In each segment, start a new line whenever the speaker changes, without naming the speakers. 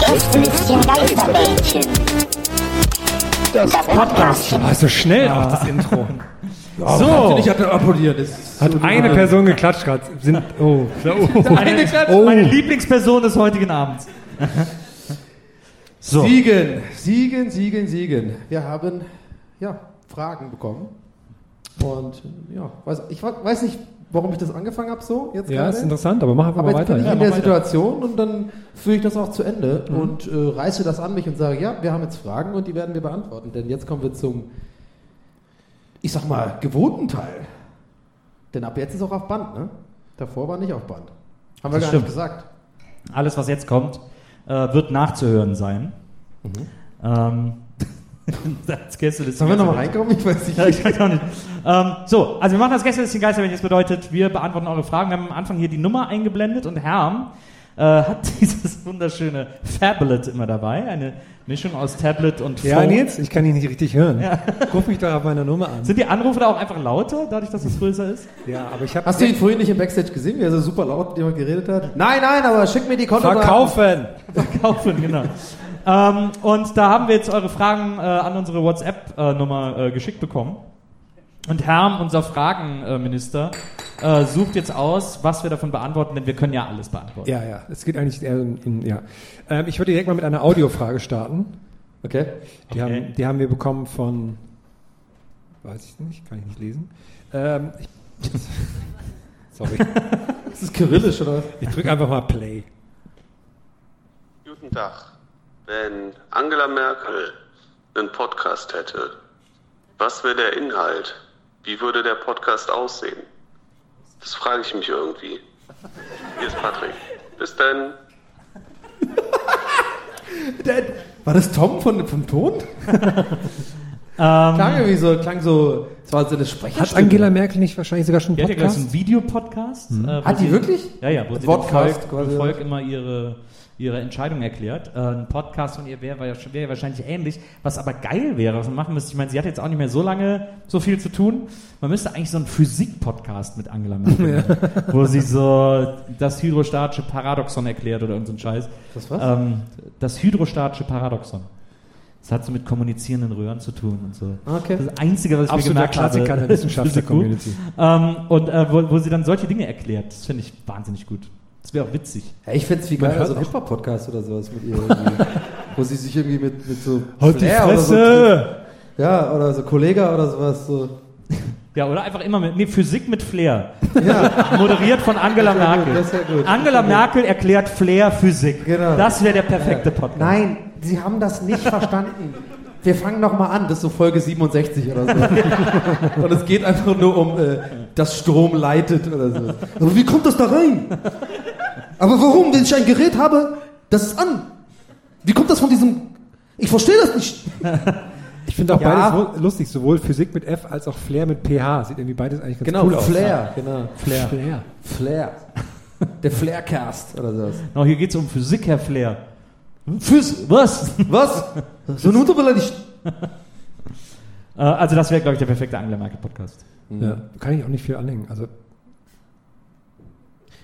Das Blütchen Geisterbällchen. Das Podcastchen.
Ah, ist so schnell auch das Intro.
Oh.
so,
Ich hatte applaudiert. Das ist
hat
so
eine
gerade-
Person geklatscht gerade. Sind oh,
Eine Klatsch.
Oh.
Meine Lieblingsperson des heutigen Abends. So.
Siegen, siegen, siegen, siegen. Wir haben ja, Fragen bekommen. Und ja, weiß, ich wa- weiß nicht, warum ich das angefangen habe so jetzt
Ja,
gerade.
ist interessant, aber mach einfach
Aber
mal
jetzt bin
weiter.
ich
Ja.
in der Situation und dann führe ich das auch zu Ende und äh, reiße das an mich und sage, ja, wir haben jetzt Fragen und die werden wir beantworten. Denn jetzt kommen wir zum, ich sag mal, gewohnten Teil. Denn ab jetzt ist auch auf Band, ne? Davor war nicht auf Band. Haben wir
Das
gar
stimmt.
nicht gesagt.
Alles, was jetzt kommt, äh, wird nachzuhören sein. Ähm, das Gästeliste.
Sollen wir nochmal reinkommen? Ich weiß nicht.
Ja, ich weiß auch nicht. Ähm, so, also wir machen das Gästelistchen Geisterbällchen. Das bedeutet, wir beantworten eure Fragen. Wir haben am Anfang hier die Nummer eingeblendet und Herm äh, hat dieses wunderschöne Fablet immer dabei. Eine Mischung aus Tablet und
ja,
Phone.
Nils, ich kann dich nicht richtig hören. Ruf mich doch auf meiner Nummer an.
Sind die Anrufe da auch einfach lauter, dadurch, dass es größer ist?
Ja, aber ich habe
Hast du ihn vorhin nicht im Backstage gesehen, wie er so super laut mit jemand geredet hat? Nein, nein, aber schick mir die Kontodaten.
verkaufen.
Kaufen, genau. ähm, und da haben wir jetzt eure Fragen äh, an unsere WhatsApp-Nummer äh, geschickt bekommen. Und Herm, unser Fragenminister, äh, sucht jetzt aus, was wir davon beantworten, denn wir können ja alles beantworten.
Ja, ja, es geht eigentlich eher in, in ja. Ähm, ich würde direkt mal mit einer Audiofrage starten.
Okay.
Die,
Okay.
haben, die haben wir bekommen von, weiß ich nicht, kann ich nicht lesen. Ähm, ich, sorry,
Ist das kyrillisch oder was?
ich drücke einfach mal Play.
Guten Tag. Wenn Angela Merkel einen Podcast hätte, was wäre der Inhalt? Wie würde der Podcast aussehen? Das frage ich mich irgendwie. Hier ist Patrick. Bis dann.
Der- War das Tom von, vom Ton?
Ähm,
klang irgendwie so, klang so, es war so eine Sprecherstimme.
Hat Angela Merkel nicht wahrscheinlich sogar schon
Die hat
einen
ja gleich so
Podcast?
einen Videopodcast. äh, wo
Mhm. Hat die
sie-
wirklich?
Ja, ja, wo sie dem
Podcast
Volk,
quasi.
dem Volk immer ihre, ihre Entscheidung erklärt. Äh, ein Podcast von ihr wäre wahrsch- wäre wahrscheinlich ähnlich. Was aber geil wäre, was man machen müsste, ich meine, sie hat jetzt auch nicht mehr so lange so viel zu tun. Man müsste eigentlich so einen Physik-Podcast mit Angela Merkel machen, wo sie so das hydrostatische Paradoxon erklärt oder irgendeinen Scheiß.
Das was?
Ähm, das hydrostatische Paradoxon. Das hat so mit kommunizierenden Röhren zu tun und so.
Okay.
Das Einzige, was ich
Absoluter
mir
also
gemerkt habe.
Klassiker der Wissenschaftler-Community.
Ähm, und äh, wo, wo sie dann solche Dinge erklärt. Das finde ich wahnsinnig gut. Das wäre auch witzig.
Ja, ich find's wie geil,
hört
so ein
auch-
Hip-Hop-Podcast oder sowas mit ihr. irgendwie. wo sie sich irgendwie mit, mit so
Halt die
Flair Oder so,
Fresse!
ja, oder so Kollega oder sowas. So.
Ja, oder einfach immer mit. Nee, Physik mit Flair.
Ja,
Moderiert von Angela
Das wär gut,
Merkel.
das wär gut.
Angela Merkel erklärt Flair Physik.
Genau.
Das wäre der perfekte Podcast.
Nein, Sie haben das nicht verstanden. Wir fangen nochmal an, das ist so Folge 67 oder so. Und es geht einfach nur um, äh, dass Strom leitet oder so. Aber wie kommt das da rein? Aber warum, wenn ich ein Gerät habe, das ist an? Wie kommt das von diesem... Ich verstehe das nicht.
Ich finde auch
Ja.
beides lu- lustig, sowohl Physik mit F als auch Flair mit PH. Sieht irgendwie beides eigentlich ganz
Genau,
cool aus.
Flair. Genau,
Flair.
Flair. Flair. Der Flaircast oder sowas.
No, hier geht es um Physik, Herr Flair. Phys was?
Was? So eine Unterbeleidigung.
Äh, also, das wäre, glaube ich, der perfekte Angela Merkel Podcast.
Ja,
Mhm.
kann ich auch nicht viel anhängen. Also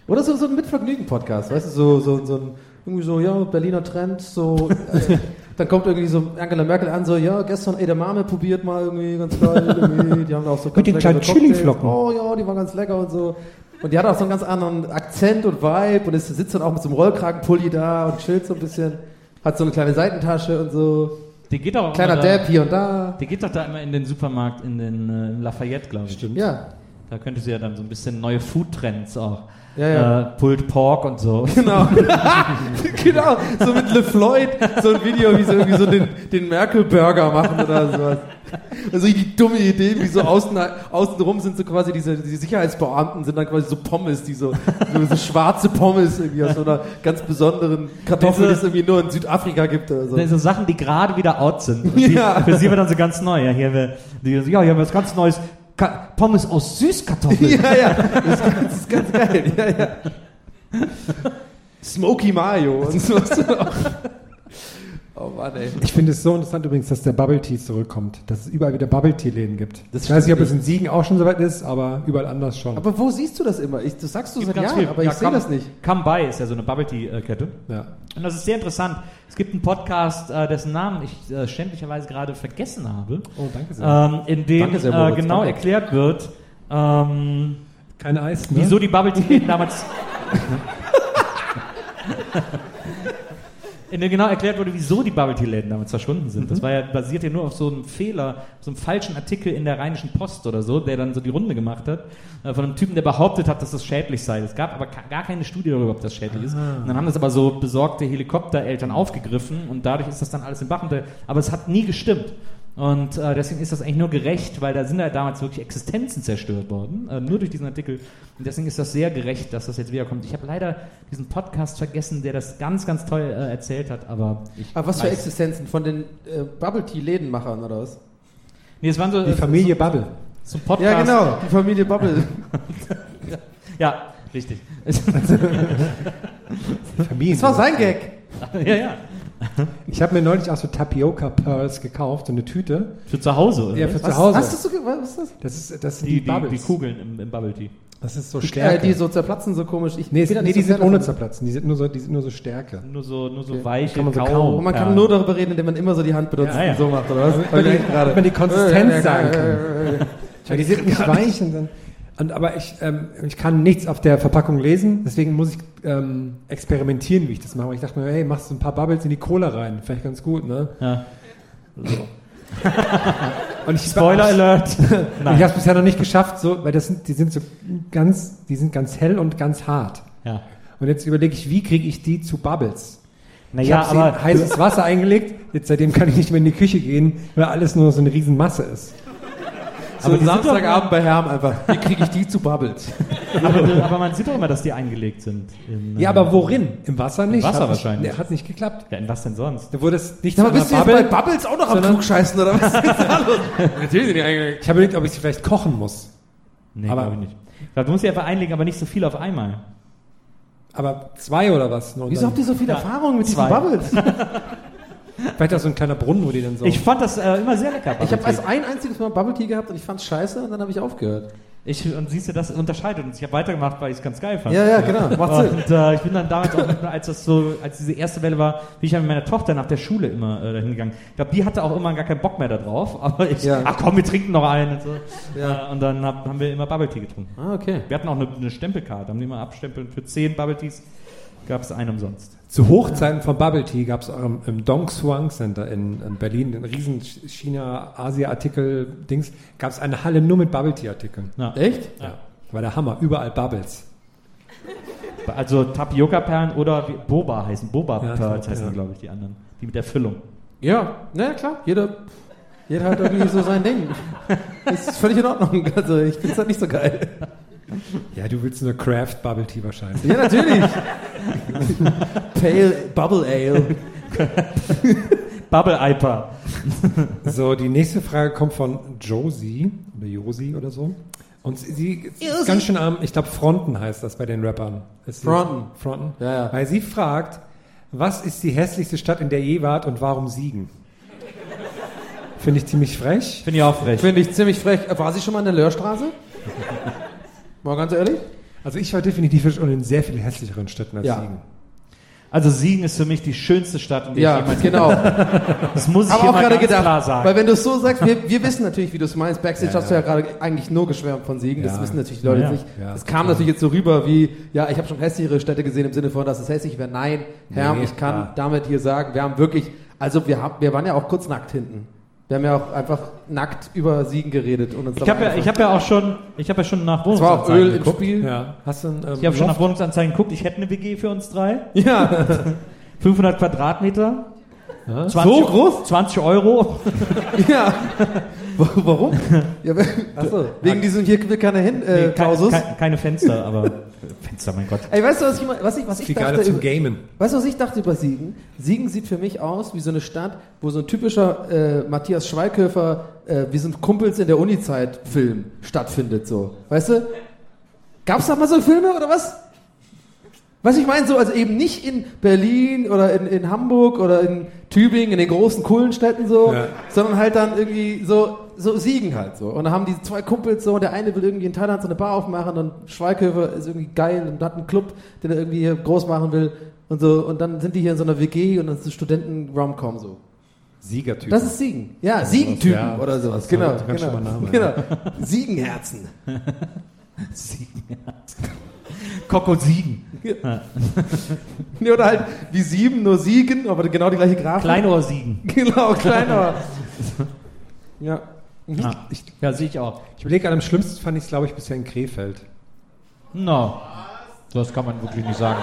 Oder so, so ein Mitvergnügen-Podcast, weißt du, so, so, so ein, irgendwie so, ja, Berliner Trend, so, äh, Dann kommt irgendwie so Angela Merkel an, so, ja, gestern Edamame probiert mal irgendwie ganz geil. Irgendwie. Die haben da auch so ganz
Mit den
leckere
kleinen
Cocktails.
Chili-Flocken.
Oh ja, die waren ganz lecker und so. Und die hat auch so einen ganz anderen Akzent und Vibe und ist, sitzt dann auch mit so einem Rollkragenpulli da und chillt so ein bisschen. Hat so eine kleine Seitentasche und so.
Die geht doch auch
Kleiner
immer da,
Dab hier und da.
Die geht doch da immer in den Supermarkt in den äh, in Lafayette, glaube ich. Stimmt.
Ja,
Da könnte sie ja dann so ein bisschen neue Foodtrends auch.
Ja, ja.
Äh, Pulled Pork und so.
Genau. genau. So mit LeFloid, so ein Video, wie sie irgendwie so den, den Merkel-Burger machen oder sowas. Also die dumme Idee, wie so außen, außenrum sind so quasi diese, diese Sicherheitsbeamten, sind dann quasi so Pommes, die so, so, so schwarze Pommes irgendwie aus so einer ganz besonderen Kartoffel, die es irgendwie nur in Südafrika gibt oder so.
Das sind so Sachen, die gerade wieder out sind. Und sie,
Ja.
Für sie wird dann so ganz neu. Ja, hier haben wir, die, ja, hier haben wir was ganz Neues. Ka Pommes aus Süßkartoffeln.
Ja, ja, das ist, ganz- das ist ganz geil. Ja, ja. Smoky Mayo und so. Oh Mann, ey.
Ich finde es so interessant übrigens, dass der Bubble Tea zurückkommt, dass es überall wieder Bubble Tea Läden gibt.
Das
ich weiß nicht, ob
stimmt
es in Siegen auch schon soweit ist, aber überall anders schon.
Aber wo siehst du das immer? Ich, das sagst du
Gibt
seit
ganz
Jahren,
viel.
aber
Ja,
ich sehe
Come-
das nicht.
Come By ist ja so eine Bubble Tea-Kette.
ja.
Und das ist sehr interessant. Es gibt einen Podcast, äh, dessen Namen ich äh, schändlicherweise gerade vergessen habe,
Oh, danke sehr.
ähm, in dem
Danke sehr,
äh,
Moritz,
genau
danke.
erklärt wird, ähm,
Kein Eis, ne?
wieso die Bubble Tea Läden damals. In dem genau erklärt wurde, wieso die Bubble Tea Läden damals verschwunden sind. Das war ja basiert ja nur auf so einem Fehler, so einem falschen Artikel in der Rheinischen Post oder so, der dann so die Runde gemacht hat, äh, von einem Typen, der behauptet hat, dass das schädlich sei. Es gab aber ka- gar keine Studie darüber, ob das schädlich ist. Und dann haben das aber so besorgte Helikoptereltern aufgegriffen und dadurch ist das dann alles im Bach. unter- Aber es hat nie gestimmt. Und äh, deswegen ist das eigentlich nur gerecht, weil da sind halt damals wirklich Existenzen zerstört worden, äh, nur durch diesen Artikel. Und deswegen ist das sehr gerecht, dass das jetzt wiederkommt. Ich habe leider diesen Podcast vergessen, der das ganz, ganz toll äh, erzählt hat, aber ich.
Aber was für
weiß-
Existenzen? Von den äh, Bubble Tea-Lädenmachern oder was?
Nee, es waren so, äh,
die Familie Bubble.
so, so Podcast.
Ja, genau. Die Familie Bubble.
Ja, richtig.
Familie.
Das war sein Gag.
ja, ja.
Ich habe mir neulich auch so Tapioca Pearls gekauft, so eine Tüte.
Für zu Hause, oder?
Ja, für
was?
zu Hause.
Hast du so, ge- was ist das?
das ist, das sind die,
die, die,
Bubbles.
die Kugeln im, im Bubble Tea.
Das ist so
Äh,
Stärke.
die so zerplatzen so komisch. Ich
nee,
bin da
nee
nicht
die
so
sind
Fan
ohne
davon.
zerplatzen. Die sind nur so, die sind nur so Stärke.
Nur so, nur so weiche
Kann man so
Kau-
kauen.
Und man kann
Perlen.
nur darüber reden, indem man immer so die Hand benutzt
Ja, ja.
und so macht, oder was?
Wenn
Okay,
die,
gerade.
wenn die Konsistenz
Äh, äh,
sagen kann.
äh, äh, äh.
Weil die sind nicht weich und dann. Und, aber ich, ähm, ich kann nichts auf der Verpackung lesen, deswegen muss ich ähm, experimentieren, wie ich das mache. Aber Ich dachte mir, hey, machst du ein paar Bubbles in die Cola rein, vielleicht ganz gut, ne?
Ja.
Und ich,
Spoiler Alert!
Ich habe es bisher noch nicht geschafft, so, weil das sind, die sind so ganz, die sind ganz hell und ganz hart.
ja.
Und jetzt überlege ich, wie kriege ich die zu Bubbles? ich
Naja,
habe sie
aber.
in heißes Wasser eingelegt, jetzt seitdem kann ich nicht mehr in die Küche gehen, weil alles nur so eine Riesenmasse ist.
So
die sind doch-
Samstagabend bei Herm einfach. Wie kriege ich die zu Bubbles?
Aber, du- aber man sieht doch immer, dass die eingelegt sind. in,
Ja,
äh,
aber worin? Im Wasser nicht.
Wasser
Hat nicht-
wahrscheinlich.
Nee, Hat nicht geklappt.
Ja, in was denn sonst?
Da wurde es nicht
Sag mal,
zu einer
bist du jetzt bei Bubbles auch noch am
Sondern-
Klugscheißen, oder was? Natürlich sind die eigentlich.
Ich habe überlegt, ob ich sie vielleicht kochen muss.
Nee,
Aber-
glaube ich nicht. Du musst sie einfach einlegen, aber nicht so viel auf einmal.
Aber zwei oder was? Und
Wieso
dann-
habt ihr so viel Erfahrung mit diesen
Zwei.
Bubbles?
vielleicht auch so ein kleiner Brunnen, wo die dann so.
Ich fand das äh, immer sehr lecker.
Ich habe
Bubble Tea.
erst ein einziges Mal Bubble Tea gehabt und ich fand's scheiße und dann habe ich aufgehört.
ich, und siehst du, das unterscheidet uns. Ich habe weitergemacht, weil ich es ganz geil fand.
Ja, ja, genau. Macht Sinn.
Und äh, ich bin dann damals auch, mit- als das so, als diese erste Welle war, bin ich ja mit meiner Tochter nach der Schule immer äh, dahin gegangen. Ich glaube, die hatte auch immer gar keinen Bock mehr da drauf, aber ich,
Ja.
ach komm, wir trinken noch einen und so.
Ja.
Äh, und dann hab, haben wir immer Bubble Tea getrunken.
Ah, okay.
Wir hatten auch eine, eine Stempelkarte, haben die immer abstempeln. Für 10 Bubble Teas gab es einen umsonst.
Zu Hochzeiten von Bubble Tea gab es auch im, im Dong Suang Center in, in Berlin, den riesen China-Asia-Artikel-Dings, gab es eine Halle nur mit Bubble Tea-Artikeln.
Ja.
Echt?
Ja. War der Hammer, überall Bubbles.
Also Tapioca-Perlen oder wie- Boba heißen. Boba-Perls
Ja, ich glaub,
heißen,
ja.
glaube ich, die anderen. Die mit der Füllung.
Ja, naja, klar. Jeder, jeder hat irgendwie so sein Ding. Das ist völlig in Ordnung. Also, ich find's halt nicht so geil.
Ja, du willst nur Craft Bubble Tea wahrscheinlich.
Ja, natürlich. Pale Bubble Ale.
Bubble Iper.
So, die nächste Frage kommt von Josie oder Josie oder so. Und sie- sie ist
Josie.
ganz schön am, ich glaube, Fronten heißt das bei den Rappern. Ist sie-
Fronten.
Fronten.
Ja, ja.
Weil sie fragt, was ist die hässlichste Stadt, in der je wart und warum Siegen? Finde ich ziemlich frech.
Finde ich auch frech.
Finde ich ziemlich frech. War sie schon mal in der Löhrstraße? Mal ganz ehrlich?
Also ich war definitiv schon in sehr viel hässlicheren Städten als
Ja.
Siegen.
Also Siegen ist für mich die schönste Stadt, in der
Ja,
ich jemals
genau.
Das muss ich
Aber
hier
auch
mal
gerade
ganz
gedacht,
klar sagen.
weil wenn du es so sagst, wir, wir wissen natürlich, wie du es meinst. Backstage hast du ja gerade eigentlich nur geschwärmt von Siegen, das
Ja.
wissen natürlich die Leute
Ja,
nicht.
ja.
es kam natürlich jetzt so rüber wie, ja, ich habe schon hässlichere Städte gesehen im Sinne von, dass es hässlich wäre. Nein, Herm,
Nee,
ich kann
ja.
damit hier sagen, wir haben wirklich, also wir, haben, wir waren ja auch kurz nackt hinten. Wir haben ja auch einfach nackt über Siegen geredet. Und uns
ich habe ja, ich hab ja auch schon, ich habe ja schon nach
es war auch
Wohnungsanzeigen
Öl im
geguckt.
Spiel.
Ja. Hast du einen, ähm,
Ich habe schon nach
Loft?
Wohnungsanzeigen geguckt. Ich hätte eine WG für uns drei.
Ja.
500 Quadratmeter. 20,
So groß?
20 Euro.
ja. Wa- Warum? Ja, we- wegen diesem hier will keiner hin, äh,
Nee,
Klausus.
keine, keine Fenster, aber äh, Fenster, mein Gott.
Ey, weißt du, was ich, immer- was ich, was ich
Viel geiler
dachte?
zum
über-
Gamen.
Weißt du, was ich dachte über Siegen? Siegen sieht für mich aus wie so eine Stadt, wo so ein typischer äh, Matthias Schweighöfer, äh, wir sind Kumpels in der Uni-Zeit Film stattfindet, so. Weißt du? Gab's da mal so Filme oder was? Was ich meine, so, also eben nicht in Berlin oder in, in Hamburg oder in Tübingen, in den großen coolen Städten so,
Ja.
sondern halt dann irgendwie so, so Siegen halt so. Und da haben die zwei Kumpels so, der eine will irgendwie in Thailand so eine Bar aufmachen und Schweighöfer ist irgendwie geil und hat einen Club, den er irgendwie hier groß machen will und so. Und dann sind die hier in so einer WG und dann ist so Studenten-Romcom so.
Siegertyp.
Das ist Siegen. Ja, Siegentypen
ja.
oder sowas.
Das war
Genau.
ein ganz
genau.
schlimmer Name,
genau. Siegenherzen.
Koko Siegen.
Nee, oder halt wie sieben, nur Siegen, aber genau die gleiche Grafik.
Kleinohr Siegen.
Genau, kleiner. ja.
Ja, ich- ja sehe ich auch.
Ich überlege gerade, am schlimmsten fand ich es, glaube ich, bisher in Krefeld.
No. Das kann man wirklich nicht sagen.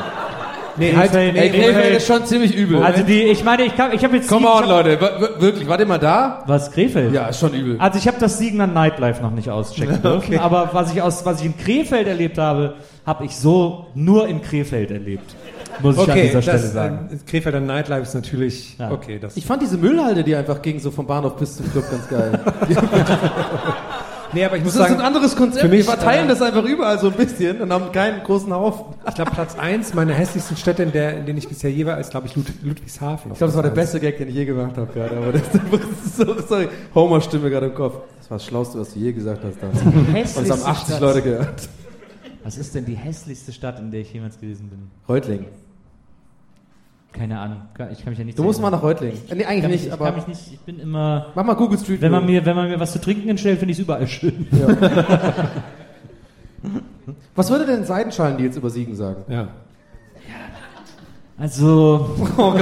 Nee,
Halt.
Krefeld, nee, Krefeld.
schon ziemlich übel.
Also die, ich meine, ich, kann- ich habe jetzt...
Come
Siegen-
on,
ich hab-
Leute, w- w- wirklich, wart ihr mal da?
Was, Krefeld?
Ja, ist schon übel.
Also ich habe das Siegener Nightlife noch nicht auschecken dürfen, aber was ich, aus, was ich in Krefeld erlebt habe, habe ich so nur in Krefeld erlebt. Muss ich an
Okay,
dieser Stelle
das,
sagen.
äh, Krefelder Nightlife ist natürlich.
Ja.
Okay, das.
Ich fand diese Müllhalde, die einfach ging, so vom Bahnhof bis zum Club, ganz geil.
nee, aber ich muss
Das ist ein
sagen,
anderes Konzept.
Für mich-
Wir verteilen das einfach überall so ein bisschen und haben keinen äh, großen Haufen.
ich glaube, Platz 1 meiner hässlichsten Städte, in, der, in denen ich bisher je war, ist, glaube ich, Lud Ludwigshafen.
Ich glaube, das war der beste Gag, den ich je gemacht habe gerade. Aber das ist so, sorry, Homer-Stimme gerade im Kopf. Das war das Schlauste, was du je gesagt hast. damals. Und das haben 80
Stadt.
Leute gehört.
Was ist denn die hässlichste Stadt, in der ich jemals gewesen bin?
Reutlingen.
Keine Ahnung. Ich kann mich ja nicht
Du musst mal
erinnern.
nach Reutlingen. Nee,
Ich
eigentlich
kann mich,
nicht,
ich
aber
kann mich Äh, nicht, ich bin immer...
mach mal Google Street
Wenn
View.
man, mir, wenn man mir was zu trinken hinstellt, finde ich es überall schön.
Was würde denn Seidenschalen die jetzt über Siegen sagen?
Ja.
Also,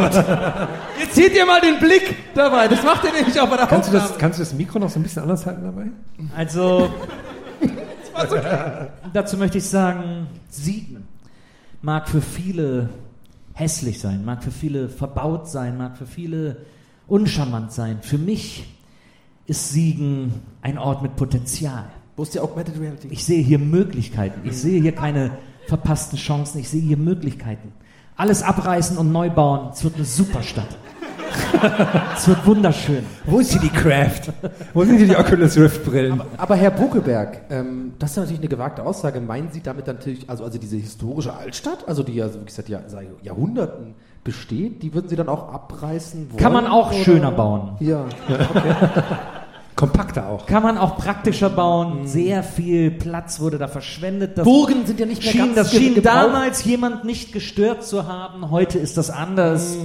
Jetzt seht ihr mal den Blick dabei. Das macht ihr nämlich auch bei der
Kannst du, das, kannst du das Mikro noch so ein bisschen anders halten dabei?
also. dazu möchte ich sagen, Siegen mag für viele hässlich sein, mag für viele verbaut sein, mag für viele uncharmant sein. Für mich ist Siegen ein Ort mit Potenzial.
Wo ist die Augmented Reality?
Ich sehe hier Möglichkeiten. Ich sehe hier keine verpassten Chancen. Ich sehe hier Möglichkeiten. Alles abreißen und neu bauen. Es wird eine super Stadt. es wird wunderschön.
Wo ist hier die Craft? Wo sind hier die Oculus Rift Brillen?
aber Herr Buckelberg, ähm, das ist ja natürlich eine gewagte Aussage. Meinen Sie damit dann natürlich, also, also diese historische Altstadt, also die ja, so wie gesagt, ja, seit Jahrhunderten besteht, die würden Sie dann auch abreißen wollen?
Kann man auch
oder?
schöner bauen.
Ja.
Kompakter auch.
Kann man auch praktischer bauen. Sehr viel Platz wurde da verschwendet. Das
Burgen sind ja nicht mehr
schien,
ganz
das
ge-
schien
gebraucht.
damals jemand nicht gestört zu haben. Heute ist das anders.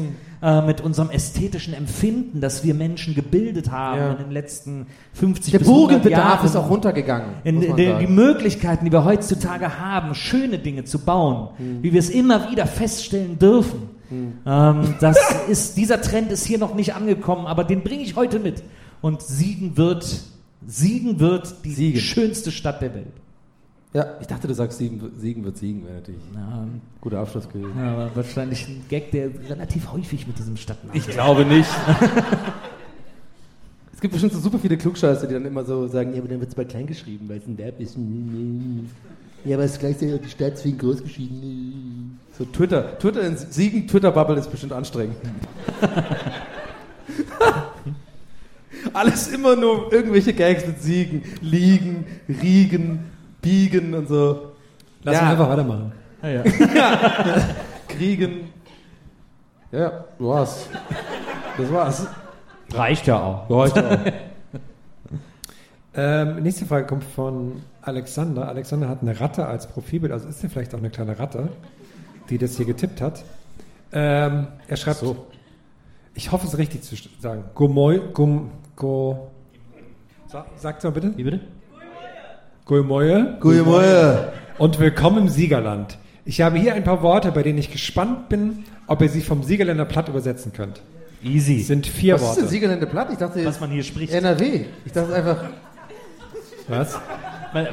Mm.
Äh, mit unserem ästhetischen Empfinden, das wir Menschen gebildet haben
Ja.
in den letzten 50
Der
bis 100
Burgenbedarf
Jahren.
ist auch runtergegangen.
In,
muss man
die, die
sagen.
Möglichkeiten, die wir heutzutage haben, schöne Dinge zu bauen,
Hm.
wie wir es immer wieder feststellen dürfen. Ähm, das ist, dieser Trend ist hier noch nicht angekommen, aber den bringe ich heute mit. Und Siegen wird, Siegen wird die
Siegen.
schönste Stadt der Welt.
ja, ich dachte, du sagst, Siegen, Siegen wird Siegen, wäre natürlich ein
Ähm,
guter Abschluss gewesen.
aber wahrscheinlich ein Gag, der relativ häufig mit diesem Stadtnamen. Ich
glaube nicht. es gibt bestimmt so super viele Klugscheiße, die dann immer so sagen, ja, aber dann wird es bei klein geschrieben, weil es ein Verb ist. Ja, aber es ist gleichzeitig auch die Stadt deswegen groß geschrieben. So Twitter, Twitter in Siegen, Twitter-Bubble ist bestimmt anstrengend. Alles immer nur irgendwelche Gags mit Siegen, Liegen, Riegen, Biegen und so.
Lass
Ja.
uns einfach weitermachen.
Ah,
Kriegen. Ja, du war's. Das war's.
reicht ja auch.
Ähm, nächste Frage kommt von Alexander. Alexander hat eine Ratte als Profilbild, also ist er vielleicht auch eine kleine Ratte, die das hier getippt hat. Ähm, er schreibt, so. ich hoffe es richtig zu sagen, Gomoy, Gom, Go, Sa- sagt's mal bitte,
Wie bitte?
Gomoye
Gute Moje.
und willkommen im Siegerland. Ich habe hier ein paar Worte, bei denen ich gespannt bin, ob ihr sie vom Siegerländer platt übersetzen könnt. Es
Easy.
sind vier
Was ist
Worte.
denn Siegerländer Platt? Ich dachte,
Was man hier spricht.
NRW. Ich dachte einfach,
Was?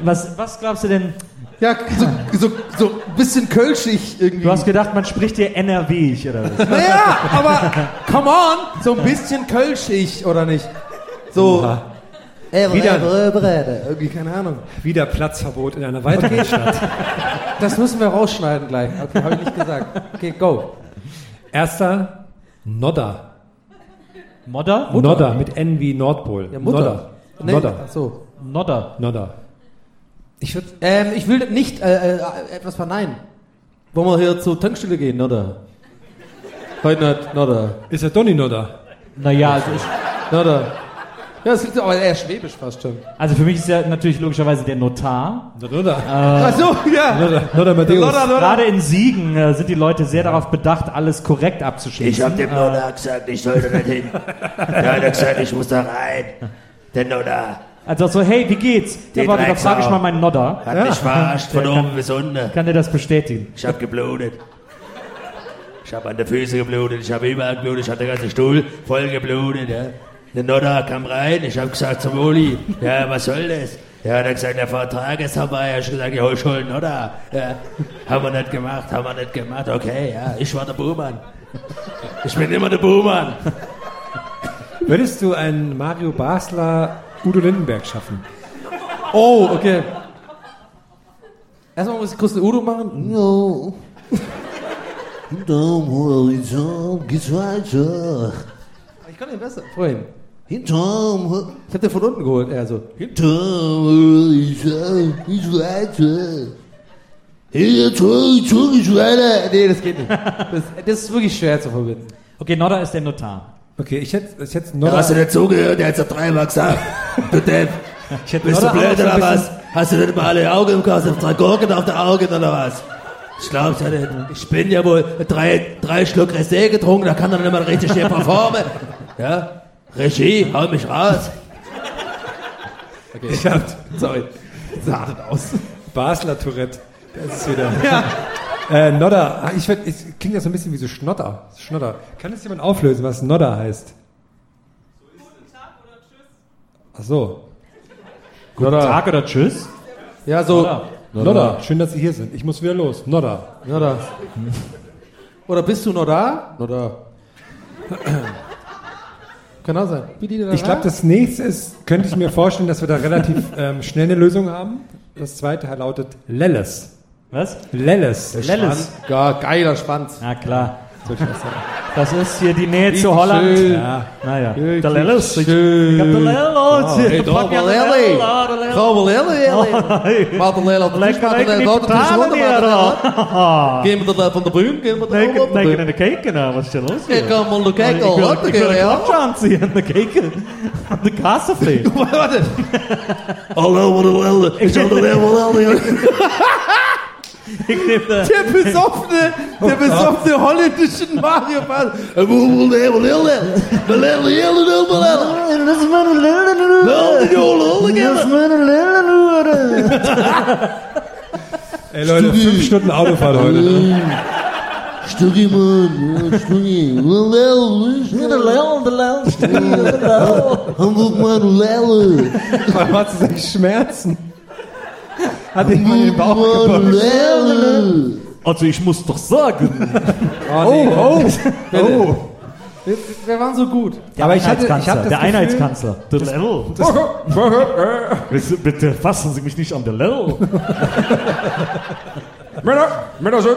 Was, was glaubst du denn?
ja, so, so, so ein bisschen kölschig irgendwie.
Du hast gedacht, man spricht hier NRW ich oder was?
Naja, aber come on, so ein bisschen kölschig, oder nicht? So.
Oha.
Äh,
Wieder.
äh, äh, Irgendwie, keine Ahnung.
Wieder Platzverbot in einer weiteren Stadt.
Das müssen wir rausschneiden gleich. Okay, habe ich nicht gesagt. Okay, go.
Erster, Nodder.
Modder?
Nodder mit N wie Nordpol.
Ja,
Nodder.
Mutter. Nee,
Nodder.
ach so.
Nodder.
Nodder. Ich würde
Ähm, ich will nicht äh, äh, etwas verneinen. Wollen wir hier zur Tankstelle gehen, oder? Heute nicht, oder?
Ist er Donny Nodder?
Naja, also, ich,
Oder? Ja, das liegt aber eher schwäbisch fast schon.
also für mich ist ja natürlich logischerweise der Notar.
Nodder. Also,
Ach so, ja.
Nodder. Nodder
Nodder,
Matthäus.
Nodder.
Gerade in Siegen äh, sind die Leute sehr darauf bedacht, alles korrekt abzuschließen.
Ich hab dem Nona gesagt, ich sollte nicht hin. Da hat er gesagt, ich muss da rein. Der Nona
Also so, hey, wie geht's? Ja,
Den
warte, da frage ich
Drecksau.
mal meinen Nodder.
hat mich verarscht von oben bis unten.
Kann der das bestätigen?
Ich hab geblutet. Ich hab an den Füßen geblutet, ich hab überall geblutet, ich hab den ganzen Stuhl voll geblutet. Ja. Der Nonna kam rein, ich hab gesagt zum Uli, ja, was soll das? Ja, hat er gesagt, der Vertrag ist vorbei. Ich hab gesagt, ja, ich hol einen Nodder. Ja. Haben wir nicht gemacht, haben wir nicht gemacht. Okay, ja, ich war der Buhmann. Ich bin immer der Buhmann.
Würdest du einen Mario Basler Udo Lindenberg schaffen?
Oh, okay. Erstmal muss ich kurz eine Udo machen. No.
Hinterm Horizont geht's weiter.
Ich kann den besser. Vorhin.
Hinterm,
Ich hab den von unten geholt, also. eher so.
hinterm Horizont geht's weiter. Hinterm Horizont geht's weiter.
Nee, das geht nicht. Das, das ist wirklich schwer zu verbinden.
Okay, Nodder ist der Notar.
Okay, ich hätte ich hätte
Da
Nodder.
hast du nicht zugehört, der hat's ja dreimal gesagt. Du Depp.
ich hätte
Bist du
Nodder auch
blöd
so ein
oder was?
bisschen-
Hast du nicht mal alle Augen im Kopf? Hast du drei Gurken auf der Augen oder was? Ich glaub's ja nicht. Ich bin ja wohl drei, drei Schluck Rosé getrunken, da kann er nicht mal richtig hier performen. Ja? Regie, hau mich raus.
Ich hab, sorry, sah das aus. Basler Tourette, das ist wieder. Ja. Äh, Nodder, Ah, ich würd, ich, klingt ja so ein bisschen wie so Schnotter. Schnotter. Kann es jemand auflösen, was Nodder heißt? Ach so.
Guten Tag oder Tschüss?
Ja, so.
Nodder.
Nodder. schön, dass Sie hier sind. Ich muss wieder los. Nodder.
Nodder. Oder bist du noch da? Nodder. Kann auch sein.
Ich glaube, das nächste ist, könnte ich mir vorstellen, dass wir da relativ ähm, schnell eine Lösung haben. Das zweite lautet Lelles.
Was?
Lelles.
Lelles.
Ja, geiler Schwanz.
Na Ah, klar. Das ist hier die Nähe zu
Richtig
Holland.
schön.
Ja. Naja.
Richtig
Der Lelles. Ich-
schön. Ah,
Ich hab der Lelles. Ich
Hey,
pack ja den
Dobbelelli.
Lelles, der Lelles.
Dobbelelli. Madelele auf den Tisch, Madelele
Lekker lekker
auf den Tisch,
die
Madelele. Gehen wir da von der Bühne, gehen wir da
Lekker
oben auf
lekker
den
in de
Bühne.
keken. nou, Wat is er los?
Kijk,
hier?
allemaal de
Ik
kijk
wil-
al.
ik
Wat
wil
een
een
ja.
klatje zien in de keken. Aan de kaasafee.
Warte.
Hallo, wo du Elde. Ich hol den Elde.
Ik neem de...
Der besoffene, der besoffene holländische Mario Bart.
Wo du Elde. Wo du Elde. Wo du Elde. Wo du Elde.
Dat is mijn lille
Nou,
Ey Leute, fünf Stunden Autofahrt heute. Ne?
Stücki, Mann. Stücki. Wo
dus.
Hamburg, Mann. Wo
Warum hat sie sich Schmerzen? Hat ich
Hm.
mal in den Bauch gepackt.
Also ich muss doch sagen.
Oh, oh, oh.
Wir, wir waren so gut.
Der
Aber ich hatte- ich
Einheitskanzler,
hab das
der
Gefühl-
Einheitskanzler. Der Lell. Bitte, bitte fassen Sie mich nicht an der Lell.
Männer, Männer sind.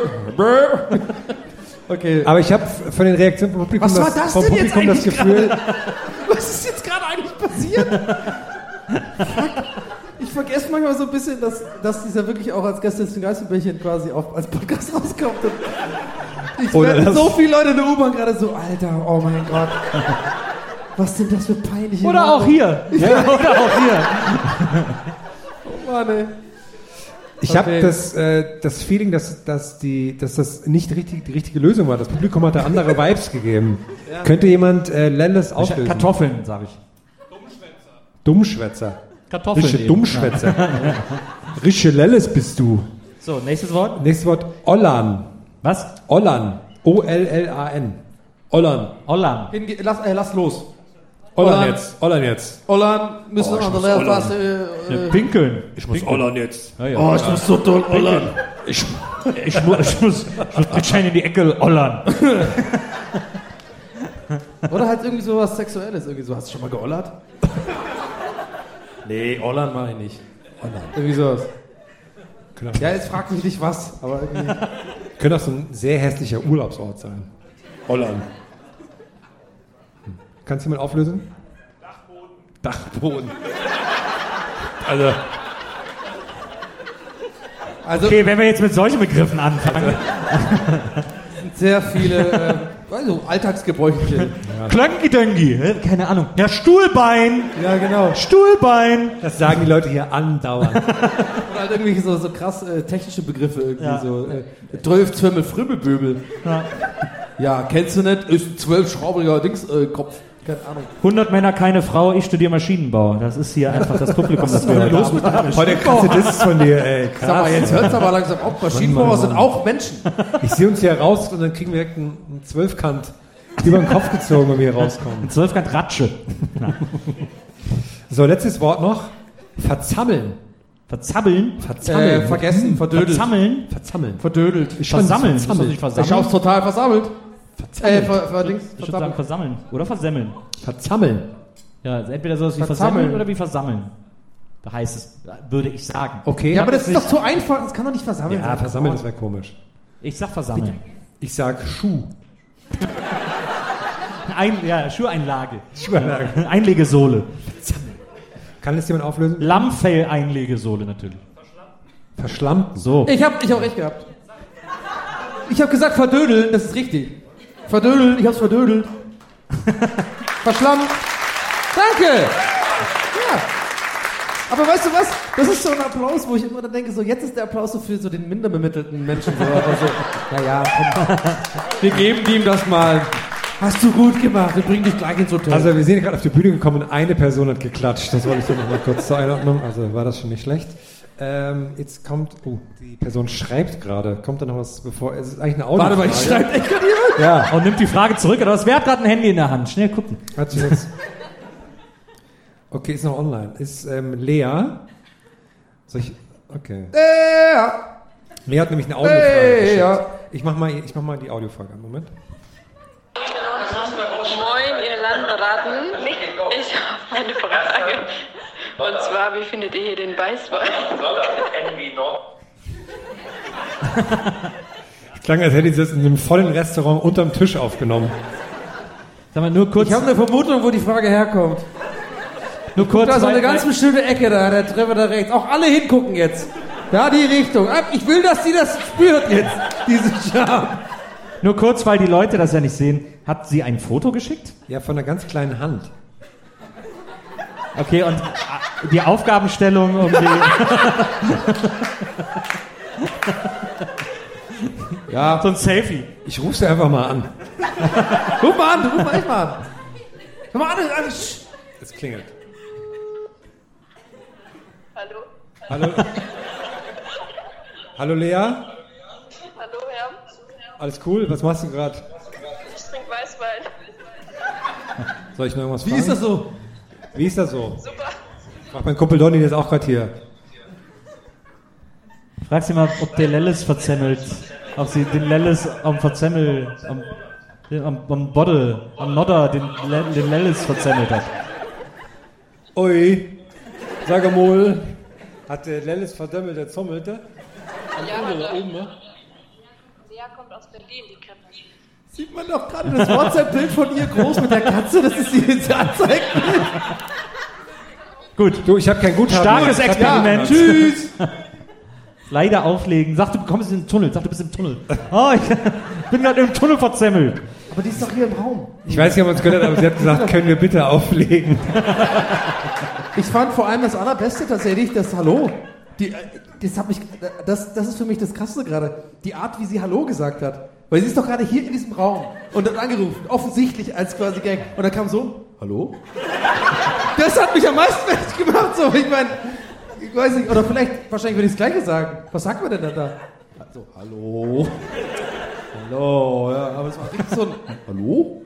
Okay.
Aber ich habe von den Reaktionen vom Publikum
Was war das
vom
denn jetzt
Publikum das
eigentlich
Gefühl,
Was ist jetzt gerade eigentlich passiert? Fuck. Ich vergesse manchmal so ein bisschen, dass, dass dieser wirklich auch als Gäste zum Geistenbällchen quasi auf, als Podcast rauskommt. Und ich
Oder
werde
das-
so viele Leute in der U-Bahn gerade so, Alter, oh mein Gott. Was sind das für peinliche
Oder auch
Leute? Oh
hier. Oder auch hier.
Mann, ey.
Ich habe das, äh, das Feeling, dass, dass, die, dass das nicht richtig, die richtige Lösung war. Das Publikum hat da andere Vibes gegeben.
Ja.
Könnte jemand äh, Lendes auflösen?
Kartoffeln, sage ich.
Dummschwätzer.
Kartoffeln
Rische
eben.
Dummschwätzer.
Ja.
Rische Lelles bist du.
So, nächstes Wort.
Nächstes Wort, Ollan.
Was?
Ollan. O-L-L-A-N. Ollan.
Ollan.
Hinge lass, äh, lass los.
Ollan
Ollan.
jetzt. Ollan jetzt.
Olan, müssen
Oh, ich
wir noch
muss
lernen,
Olan.
was. Äh,
Ja,
äh,
pinkeln.
Ich muss
Pinkeln.
Ollan jetzt.
Ja, ja.
Oh, ich muss so doll Ollan.
Ich, ich, mu- ich muss, ich muss Bitschein in die Ecke ollern.
oder halt irgendwie so was Sexuelles. Irgendwie so, hast du schon mal geollert?
Nee, Ollan mache ich nicht.
Irgendwie sowas.
Genau.
Ja, jetzt fragt mich nicht was, aber irgendwie.
Könnte auch so ein sehr hässlicher Urlaubsort sein. Holland. Kannst du jemand auflösen? Dachboden. Dachboden. Also,
Also
Okay, wenn wir jetzt mit solchen Begriffen anfangen.
sehr viele äh, also alltagsgebräuchliche.
Klönki-Dönki. Keine Ahnung. Ja, Stuhlbein.
Ja, genau.
Stuhlbein.
das sagen die Leute hier andauernd.
Oder halt irgendwie so, so krass äh, technische Begriffe. Irgendwie
Ja.
so. Äh, Drölf Zwirmel Fribbelböbel.
Ja.
Ja, kennst du nicht? Ist ein zwölfschraubiger Dingskopf. Äh, Kopf. Keine Ahnung.
100 Männer, keine Frau. Ich studiere Maschinenbau. Das ist hier einfach das Publikum, das wir heute haben.
Heute krasse Diss von dir, ey.
Sag mal,
Krass.
jetzt hört's aber langsam auf. Maschinenbauer sind auch Menschen.
Ich sehe uns hier raus und dann kriegen wir direkt einen einen Zwölfkant über den Kopf gezogen, wenn wir hier rauskommen.
Ein Zwölfkant Ratsche.
So, letztes Wort noch. Verzammeln.
Verzabbeln.
Verzammeln.
Äh,
Hm.
vergessen, verdödelt.
Verzammeln.
Verzammeln.
Verdödelt. Ich
Versammeln. Muss man
versammelt.
sich
Ich hab's
versammeln.
total versammelt. Äh, ver, ver, Dings,
Ich würde sagen
versammelt.
versammeln. Oder versemmeln.
Verzammeln.
Ja, also entweder sowas wie
Versammeln.
versammeln oder wie versammeln. Da heißt es, würde ich sagen.
Okay.
Ja, aber das ist doch zu einfach. Das kann doch nicht versammeln
ja, versammeln, das wäre komisch.
Ich sag versammeln.
Ich sag Schuh.
Ein, ja, Schuheinlage. Schuheinlage. Einlegesohle.
Kann das jemand auflösen?
Lammfell-Einlegesohle natürlich.
Verschlampen.
So.
Ich hab, ich hab recht gehabt. Ich hab gesagt verdödeln, das ist richtig. Verdödeln, ich hab's verdödelt. Verschlammt. Danke! Ja. Aber weißt du was? Das ist so ein Applaus, wo ich immer dann denke, so jetzt ist der Applaus so für so den minderbemittelten Menschen. So, aber so, naja, komm. Wir geben ihm das mal. Hast du gut gemacht, wir bringen dich gleich ins Hotel.
Also wir sind gerade auf die Bühne gekommen und eine Person hat geklatscht. Das wollte ich dir nochmal kurz zur Einordnung. Also war das schon nicht schlecht. Ähm, jetzt kommt, oh, die Person schreibt gerade. Kommt da noch was bevor? Es ist eigentlich eine Audio.
Warte mal, ich schreibe echt gerade jemand.
Ja,
Und nimmt die Frage zurück, oder was? Wer hat gerade ein Handy in der Hand? Schnell gucken.
hat sie jetzt. Okay, ist noch online. Ist ähm, Lea. Soll ich, okay.
Äh, ja.
Lea hat nämlich eine Audiofrage.
Hey,
geschickt.
ja.
Ich mach mal, ich mach mal die Audiofrage. Moment.
Moin, ihr Landratten. Ich habe eine Frage. Und zwar, wie findet ihr hier den Weißwein?
Klang, als hätte sie das in einem vollen Restaurant unterm Tisch aufgenommen.
Sag mal, nur kurz.
Ich habe eine Vermutung, wo die Frage herkommt.
nur kurz.
Da ist so eine
weil-
ganz bestimmte Ecke da, der Treffer da rechts. Auch alle hingucken jetzt. Da die Richtung. Ab, Ich will, dass sie das spürt jetzt, diese Scham.
Nur kurz, weil die Leute das ja nicht sehen. Hat sie ein Foto geschickt?
Ja, von einer ganz kleinen Hand.
Okay, und äh, die Aufgabenstellung um die,
Ja,
so ein Selfie.
ich rufe sie einfach mal an.
Ruf mal an, ruf mal echt mal an. Komm mal an, an. sch-
Es klingelt.
Hallo?
Hallo. Hallo Lea,
Hallo, Herr?
alles cool? Was machst du gerade?
Ich trinke Weißwein.
Soll ich noch irgendwas
Wie
fragen?
ist das so?
Wie ist das so?
Super.
Macht mein Kumpel Donny, der ist auch gerade hier.
Frag sie mal, ob der Lelles verzemmelt. Ob sie den Lelles am Verzemmel, am, am, am Bodde, am Nodder, den, Le- den Lelles verzemmelt hat.
Ui, sag mal, hat der Lennis verdömmelt, der zommelte?
Ja, hallo.
ne?
Lea kommt aus Berlin, die kennt mich.
Sieht man doch gerade das WhatsApp-Bild von ihr groß mit der Katze, das ist die die Anzeige.
Gut.
Du, ich habe kein Guthaben.
Starkes
mehr.
Experiment.
Ja, tschüss.
Tschüss.
Leider auflegen. Sag, du kommst in den Tunnel. Sag, du bist im Tunnel. Oh, ich bin gerade im Tunnel verzemmelt.
Aber die ist doch hier im Raum.
Ich weiß nicht, ob man es gehört hat, aber sie hat gesagt, können wir bitte auflegen.
Ich fand vor allem das Allerbeste tatsächlich das Hallo. Die, äh, das, hat mich, das, das ist für mich das Krasseste gerade. Die Art, wie sie Hallo gesagt hat. Weil sie ist doch gerade hier in diesem Raum und hat angerufen, offensichtlich als quasi Gang. Und dann kam so, hallo? Das hat mich am meisten fertig gemacht. So, ich meine, ich weiß nicht, oder vielleicht, wahrscheinlich würde ich das Gleiche sagen. Was sagt man denn dann da? So, hallo? hallo, ja, aber es war richtig so ein, hallo?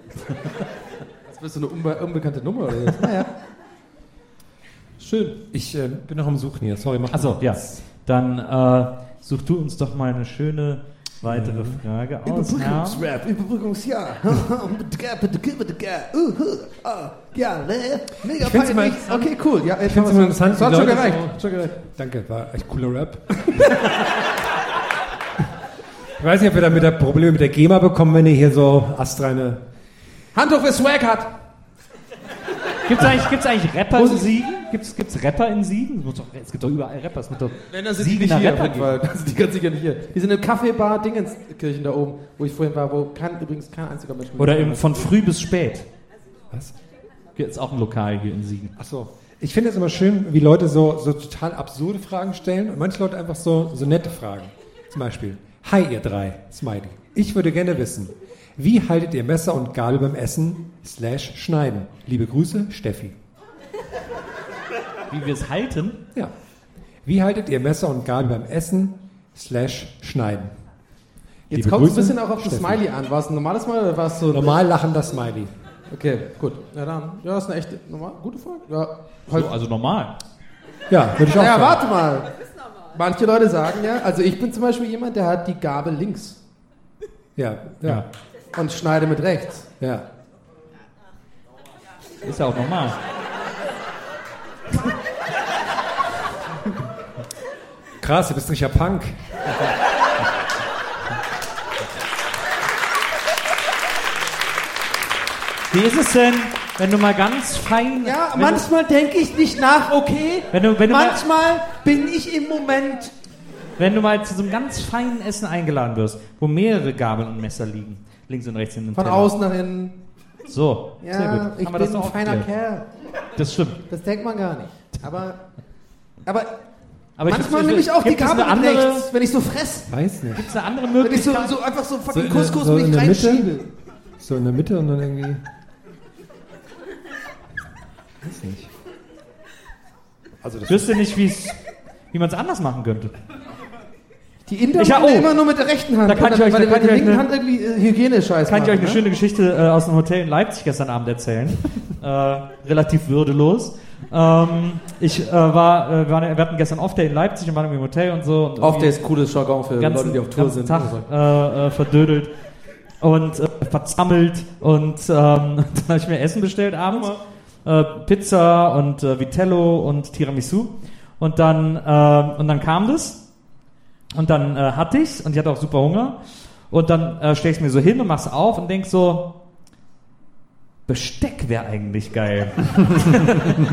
Das bist du eine unbe unbekannte Nummer oder so. Naja.
Schön. Ich äh, bin noch am Suchen hier. Sorry, mach
Achso, ja. Dann äh, such du uns doch mal eine schöne weitere Frage aus.
Überbrückungsrap, Überbrückungsjahr. Uhu, ah, Ja, ne? Mega
Ich find's
peinlich.
immer-
Okay, cool. Ja, äh,
Ich finde es immer interessant.
Das hat
wie
schon
Leute
gereicht.
so- Danke, war echt cooler Rap. ich weiß nicht, ob wir damit da Probleme mit der GEMA bekommen, wenn ihr hier so astreine.
Hand hoch, wer Swag hat.
Gibt es eigentlich, gibt's eigentlich Rapper in Siegen? Gibt's, gibt's Rapper in Siegen? Es, muss doch, es gibt doch überall Rapper. Es wird doch
Wenn das sind die nicht
Siegener
hier, auf
Rapper
jeden Fall. Das sind die ganz sicher nicht hier. Die sind im Kaffeebar Dingenskirchen da oben, wo ich vorhin war, wo kein, übrigens kein einziger Mensch
geben. Oder eben von früh bis spät. Was? Hier ist auch ein Lokal hier in Siegen.
Achso. Ich finde es immer schön, wie Leute so, so total absurde Fragen stellen und manche Leute einfach so, so nette Fragen. Zum Beispiel, hi ihr drei, Smiley. Ich würde gerne wissen, wie haltet ihr Messer und Gabel beim Essen slash Schneiden? Liebe Grüße, Steffi.
Wie wir es halten?
Ja. Wie haltet ihr Messer und Gabel beim Essen slash Schneiden?
Jetzt
Liebe
kommt es ein
Grüße,
bisschen auch auf das
Steffi.
Smiley an. War es ein normales Smiley oder war es so.
Normal lachender Smiley.
Okay, gut. Ja, dann. Ja, das ist eine echte. Normal, gute Frage. Ja, halt.
So, also normal.
Ja, würde ich auch
naja,
sagen.
warte mal. Manche Leute sagen ja, also ich bin zum Beispiel jemand, der hat die Gabel links
Ja, ja,
und schneide mit rechts.
ja.
Ist ja auch normal.
Krass, du bist richtiger Punk.
Wie ist es denn, wenn du mal ganz fein.
Ja,
wenn
manchmal denke ich nicht nach, okay?
Wenn du- wenn du mal-
manchmal bin ich im Moment.
Wenn du mal zu so einem ganz feinen Essen eingeladen wirst, wo mehrere Gabeln und Messer liegen, links und rechts in dem
Von
Genau.
Teller.
außen nach innen.
So,
Ja,
sehr gut.
ich
Haben wir
bin
das
ein
noch
feiner
aufgeklärt.
Kerl.
Das stimmt.
Das denkt man gar nicht. Aber, aber,
Aber ich-
manchmal
ich-
nehme ich auch die
gibt es
Gabel
eine
mit
andere-
rechts, wenn ich so fress.
Weiß nicht.
Gibt es eine andere
Wenn ich so,
Möglichkeit?
so einfach so
So
fucking
in der-
Couscous
so
mich
in der Mitte?
reinschiebe.
So in der Mitte und dann irgendwie. Weiß nicht. Also das
Wüsste nicht, wie's- wie man es anders machen könnte.
Die Inder
Ich hab-
machen
oh.
immer nur mit der rechten Hand.
Da kann
weil-
ich euch-
weil
da
die
kann
mit
ich
der
euch
linken
eine-
Hand irgendwie äh, Hygiene-Scheiß
Kann ich euch eine
machen, ne?
schöne Geschichte äh, aus einem Hotel in Leipzig gestern Abend erzählen? äh, relativ würdelos. Ähm, ich äh, war, äh, wir, waren, wir hatten gestern Off-Day in Leipzig und waren irgendwie im Hotel und so. Und
Auf
irgendwie-
der ist cooles Jargon für
ganzen,
äh, Leute, die auf Tour
ganzen
sind. also.
Tag äh, äh, verdödelt und äh, verzammelt und ähm, dann habe ich mir Essen bestellt abends. Äh, Pizza und äh, Vitello und Tiramisu. Und dann, äh, und dann kam das. Und dann äh, hatte ich's und ich hatte auch super Hunger. Und dann äh, stell ich's mir so hin und mach's auf und denk so, Besteck wäre eigentlich geil.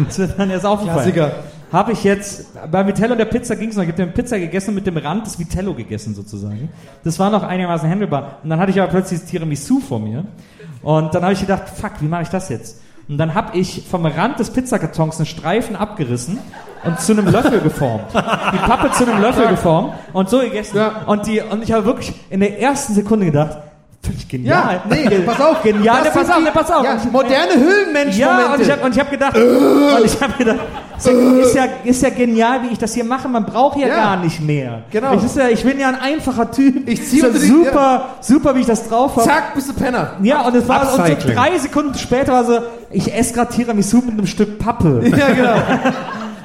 das wird dann erst aufgefallen.
Klassiker.
Habe ich jetzt, bei Vitello und der Pizza ging's noch, ich habe den Pizza gegessen und mit dem Rand des Vitello gegessen sozusagen. Das war noch einigermaßen handelbar. Und dann hatte ich aber plötzlich das Tiramisu vor mir. Und dann habe ich gedacht, fuck, wie mache ich das jetzt? Und dann habe ich vom Rand des Pizzakartons einen Streifen abgerissen und zu einem Löffel geformt. Die Pappe zu einem Löffel geformt und so gegessen. Und, die, und ich habe wirklich in der ersten Sekunde gedacht, völlig genial.
Ja, nee, pass auf.
Genial,
Das
ne, pass
sind
auf,
die-
ne, pass auf.
Ja,
Und ich-
moderne Äh. Höhlenmensch-Momente.
ja, und ich habe hab gedacht, und ich hab gedacht ist, ja, ist, ja, ist ja genial, wie ich das hier mache. Man braucht ja,
Ja.
gar nicht mehr.
Genau.
Ich, ist ja, ich bin ja ein einfacher Typ.
Ich zieh
Ist ja
unter die-
super,
ja.
super, wie ich das drauf habe.
Zack, bist du Penner.
Ja, und es war und so
Upcycling.
drei Sekunden später war so, ich esse gerade Tiramisu mit einem Stück Pappe.
Ja, genau.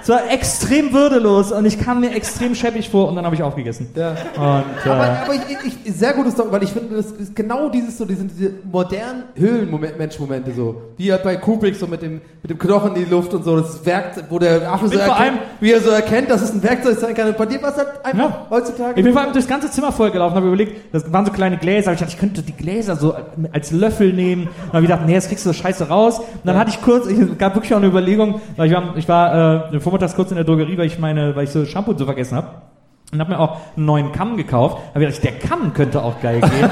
Es war extrem würdelos und ich kam mir extrem schäbig vor und dann habe ich aufgegessen.
Ja.
Und, äh,
Aber, aber ich, ich, sehr gutes Song, weil ich finde, das ist genau dieses so, die sind diese modernen Höhlenmensch-Momente so. Wie halt bei Kubrick so mit dem, mit dem Knochen in die Luft und so, das Werkzeug, wo der Affe so
bin vor
erkennt,
allem-
wie er so erkennt, dass es ein Werkzeug sein kann. Und bei dir war es halt einfach
Ja.
heutzutage.
Ich bin vor allem durchs ganze Zimmer voll gelaufen, habe überlegt, das waren so kleine Gläser. Ich dachte, ich könnte die Gläser so als Löffel nehmen. Dann habe ich gedacht, nee, jetzt kriegst du das Scheiße raus. Und dann hatte ich kurz, ich gab wirklich auch eine Überlegung, weil ich war, ich war äh, vormittags kurz in der Drogerie, weil ich meine, weil ich so Shampoo und so vergessen habe. Und habe mir auch einen neuen Kamm gekauft. Da habe ich gedacht, der Kamm könnte auch geil gehen.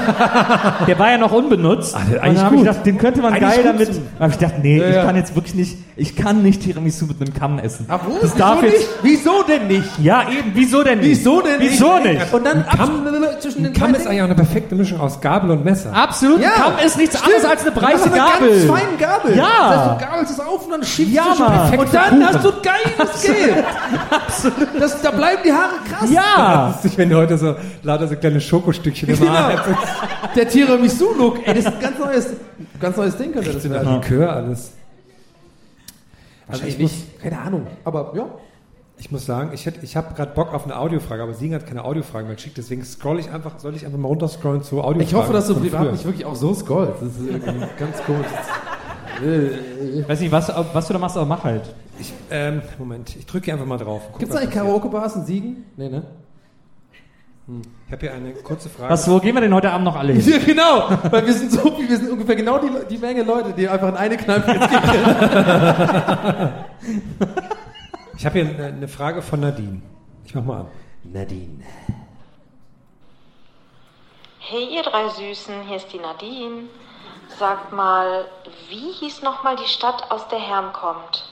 der war ja noch unbenutzt.
Ah, der ist
und
eigentlich
dann habe ich
gut.
gedacht, den könnte man
Eigentlich
geil
gut
damit.
so.
Da habe ich gedacht, nee,
Ja,
ich
ja.
kann jetzt wirklich nicht, ich kann nicht Tiramisu mit einem Kamm essen. Ach,
wo?
Das
Wieso
darf
nicht?
jetzt.
Wieso denn nicht?
Ja, eben, wieso denn nicht?
Wieso denn nicht?
Wieso nicht?
Und dann
Kamm-
ab, zwischen den
Kamm
beiden
ist eigentlich auch eine perfekte Mischung aus Gabel und Messer.
Absolut,
Ja,
Kamm ist nichts
stimmt.
anderes als eine
Du
breite
hast eine
Gabel.
ganz feine Gabel.
Ja.
Das heißt, du gabelst es auf und dann schiebst
Ja,
du schon
Mann.
perfekt. Und
Perfekter
dann
Kuchen.
hast du ein geiles Geld. Absolut. Das, da bleiben die Haare krass.
Das ist nicht, wenn du heute so lauter so kleine Schokostückchen im Haar
Genau. Der Tiramisu-Look, ey, das ist ein ganz neues, ganz neues Ding könnte das
hast.
werden.
Likör alles. Also
Wahrscheinlich
ich muss,
nicht. Keine Ahnung. Aber ja.
ich muss sagen, ich, hätte- ich habe gerade Bock auf eine Audiofrage, aber Siegen hat keine Audiofragen mehr geschickt, deswegen scroll ich einfach, soll ich einfach mal runterscrollen zu Audiofragen.
Ich hoffe, dass du
von
privat
früher.
nicht wirklich auch so scrollst. Das ist irgendwie ganz komisch.
Weiß nicht, was, was du da machst, aber mach halt.
Ich, ähm, Moment, ich drücke hier einfach mal drauf. Guck,
Gibt es
was
eigentlich
passiert.
Karaoke-Bars in Siegen? Nee, ne?
Ich habe hier eine kurze Frage.
Was, wo gehen wir denn heute Abend noch alle hin?
Ja, genau. Weil wir sind so, wir sind ungefähr genau die, Le- die Menge Leute, die einfach in eine Kneipe jetzt gehen.
Ich habe hier eine, eine Frage von Nadine. Ich mach mal an.
Nadine.
Hey ihr drei Süßen, hier ist die Nadine. Sagt mal, wie hieß nochmal die Stadt, aus der Herm kommt?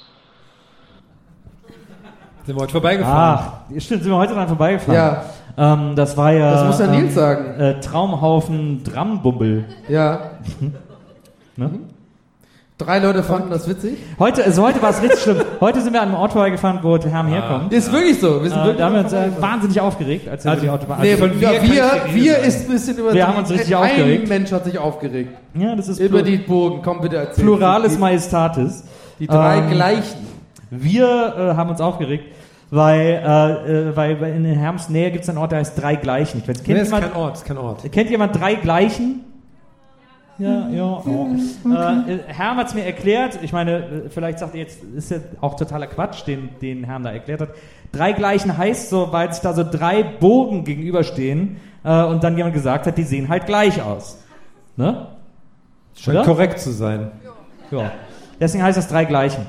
Sind wir heute vorbeigefahren?
Ach, stimmt, sind wir heute dran vorbeigefahren.
Ja.
Ähm, das war ja.
Das muss ja Nils
ähm,
sagen.
Äh, Traumhaufen Drambumbel.
Ja. Mhm.
Ne?
Drei Leute fanden das witzig.
Heute, also heute war es richtig schlimm. Heute sind wir an einem Ort vorbeigefahren, wo der Herm herkommt.
Ist wirklich so. Wir sind
Äh,
wirklich
da haben wir uns
vorbei.
äh, wahnsinnig aufgeregt, als wir
Also,
über die Autobahn.
Nee,
also,
von
ja,
wir kann ich
wir,
nicht
wir
reden.
ist ein bisschen über
Wir haben uns richtig
ein
aufgeregt.
Mensch hat sich aufgeregt.
ja, das ist
Über
Plur-
die Burgen. Komm bitte erzähl.
Pluralis
Die-
Majestatis.
Die drei
Ähm,
gleichen.
Wir äh, haben uns aufgeregt, weil, äh, äh, weil weil in Herms Nähe gibt es einen Ort, der heißt Drei Gleichen. Ich weiß, kennt,
Nee, ist
jemand,
kein Ort, ist kein Ort.
kennt jemand Drei Gleichen? Ja, ja. Oh. Äh, Herm hat es mir erklärt. Ich meine, äh, vielleicht sagt ihr jetzt, ist ja auch totaler Quatsch, den, den Herm da erklärt hat. Drei Gleichen heißt so, weil sich da so drei Bogen gegenüberstehen äh, und dann jemand gesagt hat, die sehen halt gleich aus. Ne?
Scheint
Oder?
korrekt zu sein.
Ja. Deswegen heißt das drei Gleichen.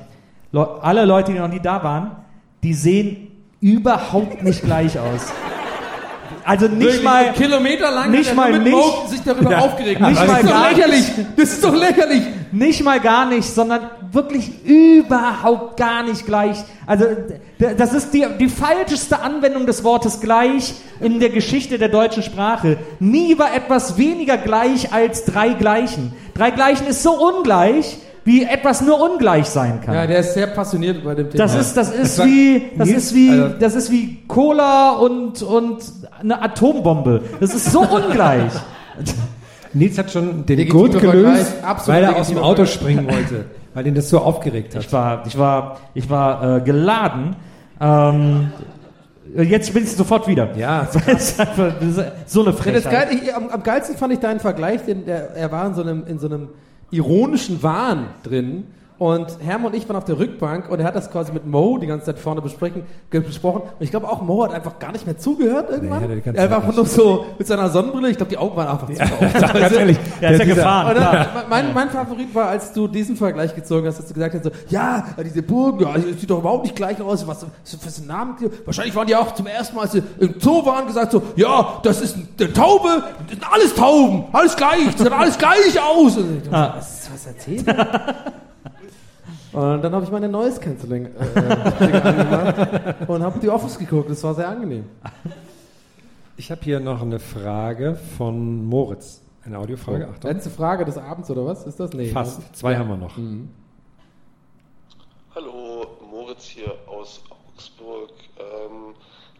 Le alle Leute, die noch nie da waren, die sehen überhaupt nicht gleich aus. Also nicht
Wirklich,
mal
einen Kilometer lang hat
nicht
er
mal
nur mit
nicht-
Mogen sich darüber
Ja.
aufgeregt.
Nicht
das
mal
ist doch
gar
lächerlich. Das ist doch lächerlich.
nicht mal gar nicht, sondern wirklich überhaupt gar nicht gleich. Also d- das ist die, die falscheste Anwendung des Wortes gleich in der Geschichte der deutschen Sprache. Nie war etwas weniger gleich als drei Gleichen. Drei Gleichen ist so ungleich, wie etwas nur ungleich sein kann.
Ja, der ist sehr passioniert bei dem Thema.
Das ist, das ist
Genau. war-
wie, das
Nils-
ist wie,
also-
das ist wie Cola und, und eine Atombombe. Das ist so ungleich.
Nils hat schon den
Legitimer
Gurt gelöst,
Vergleich, absolut
weil er
legitimer
aus dem Auto
Vergleich.
springen wollte, weil ihn das so aufgeregt hat.
Ich war, ich war, ich war äh, geladen. Ähm, jetzt bin ich sofort wieder.
Ja, ist
Das ist einfach, das ist so eine
Ja, das
Frechheit.
geil, ich, am, am geilsten fand ich deinen Vergleich, denn der, er war in so, einem, in so einem ironischen Wahn drin. Und Hermann und ich waren auf der Rückbank und er hat das quasi mit Mo die ganze Zeit vorne besprechen, ge- besprochen. Und ich glaube auch Mo hat einfach gar nicht mehr zugehört irgendwann.
Nee, hat er die ganze
er war
Zeit
einfach nur so mit seiner Sonnenbrille. Ich glaube, die Augen waren einfach zu auf.
Ganz ehrlich,
Also, Ja, ist ja
der- dieser-
gefahren.
Und
klar.
dann, mein, mein Favorit war, als du diesen Vergleich gezogen hast, dass du gesagt hast, so, ja, diese Burgen, ja, es sieht doch überhaupt nicht gleich aus, was was für ein Namen. Wahrscheinlich waren die auch zum ersten Mal, als sie im Zoo waren, gesagt so, ja, das ist eine Taube, das sind alles Tauben, alles gleich, das sieht alles gleich aus. Und ich dachte,
Ah.
was, was erzählt er? Und dann habe ich meine Noise Cancelling äh, äh, Dinge angemacht und habe die Office geguckt, das war sehr angenehm.
Ich habe hier noch eine Frage von Moritz. Eine Audiofrage. Achtung.
Letzte Frage des Abends oder was? Ist das? Nee. ne?
Fast. Zwei haben wir noch.
Hm.
Hallo, Moritz hier aus Augsburg. Ähm,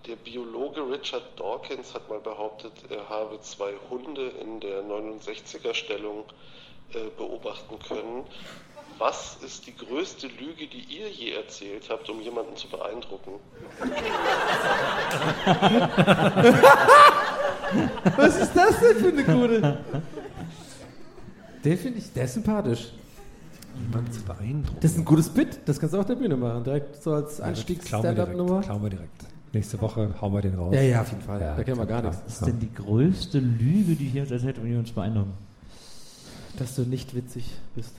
der Biologe Richard Dawkins hat mal behauptet, er habe zwei Hunde in der 69er
ne?
Stellung äh, beobachten können. Was ist die größte Lüge, die ihr je erzählt habt, um jemanden zu beeindrucken?
Was ist das denn für eine gute? Den finde ich, der ist sympathisch.
Mann, zu beeindrucken.
Das ist ein gutes Bit, das kannst du auf der Bühne machen. Direkt so
Klauen wir
als
direkt.
Einstiegs-Stand-Up-Nummer.
Klauen wir direkt. Nächste Woche hauen wir den raus.
Ja, ja, auf jeden Fall. da kennen wir gar
klar.
nichts.
Was ist denn die größte Lüge, die ich jetzt erzählt habe, um uns beeindrucken?
Dass du nicht witzig bist.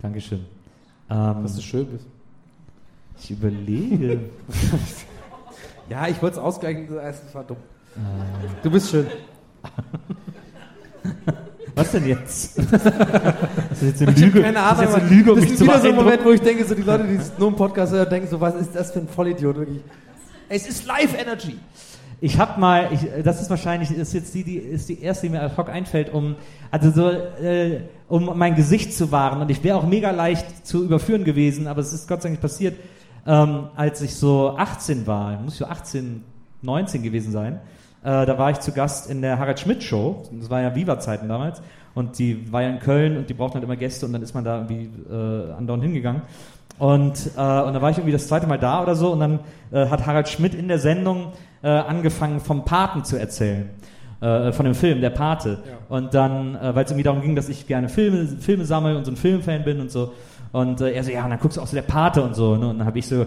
Dankeschön. Ähm,
Dass du schön bist.
Ich überlege.
ja, ich wollte es ausgleichen, das war dumm.
Ah.
Du bist schön.
Was denn jetzt?
Das
ist jetzt eine Lüge.
Keine
Das
Ahnung,
ist jetzt eine Lüge, um
das
mich
ist
zu
wieder so ein
beeindrucken.
Moment, wo ich denke, so die Leute, die es nur im Podcast hören, denken so, was ist das für ein Vollidiot wirklich? Es ist Live Energy.
Ich habe mal, ich, das ist wahrscheinlich, ist jetzt die, die, ist die erste, die mir ad hoc einfällt, um, also so, äh, um mein Gesicht zu wahren. Und ich wäre auch mega leicht zu überführen gewesen, aber es ist Gott sei Dank nicht passiert. Ähm, als ich so 18 war, muss ich so 18, 19 gewesen sein, äh, da war ich zu Gast in der Harald Schmidt Show. Das war ja Viva-Zeiten damals. Und die war ja in Köln und die brauchten halt immer Gäste und dann ist man da irgendwie äh, andauernd hingegangen. Und, äh, und da war ich irgendwie das zweite Mal da oder so und dann äh, hat Harald Schmidt in der Sendung äh, angefangen, vom Paten zu erzählen. Äh, von dem Film, der Pate. Und dann, äh, weil es irgendwie darum ging, dass ich gerne Filme, Filme sammle und so ein Filmfan bin und so. Und äh, er so, ja, und dann guckst du auch so der Pate und so. Ne? Und dann habe ich so äh,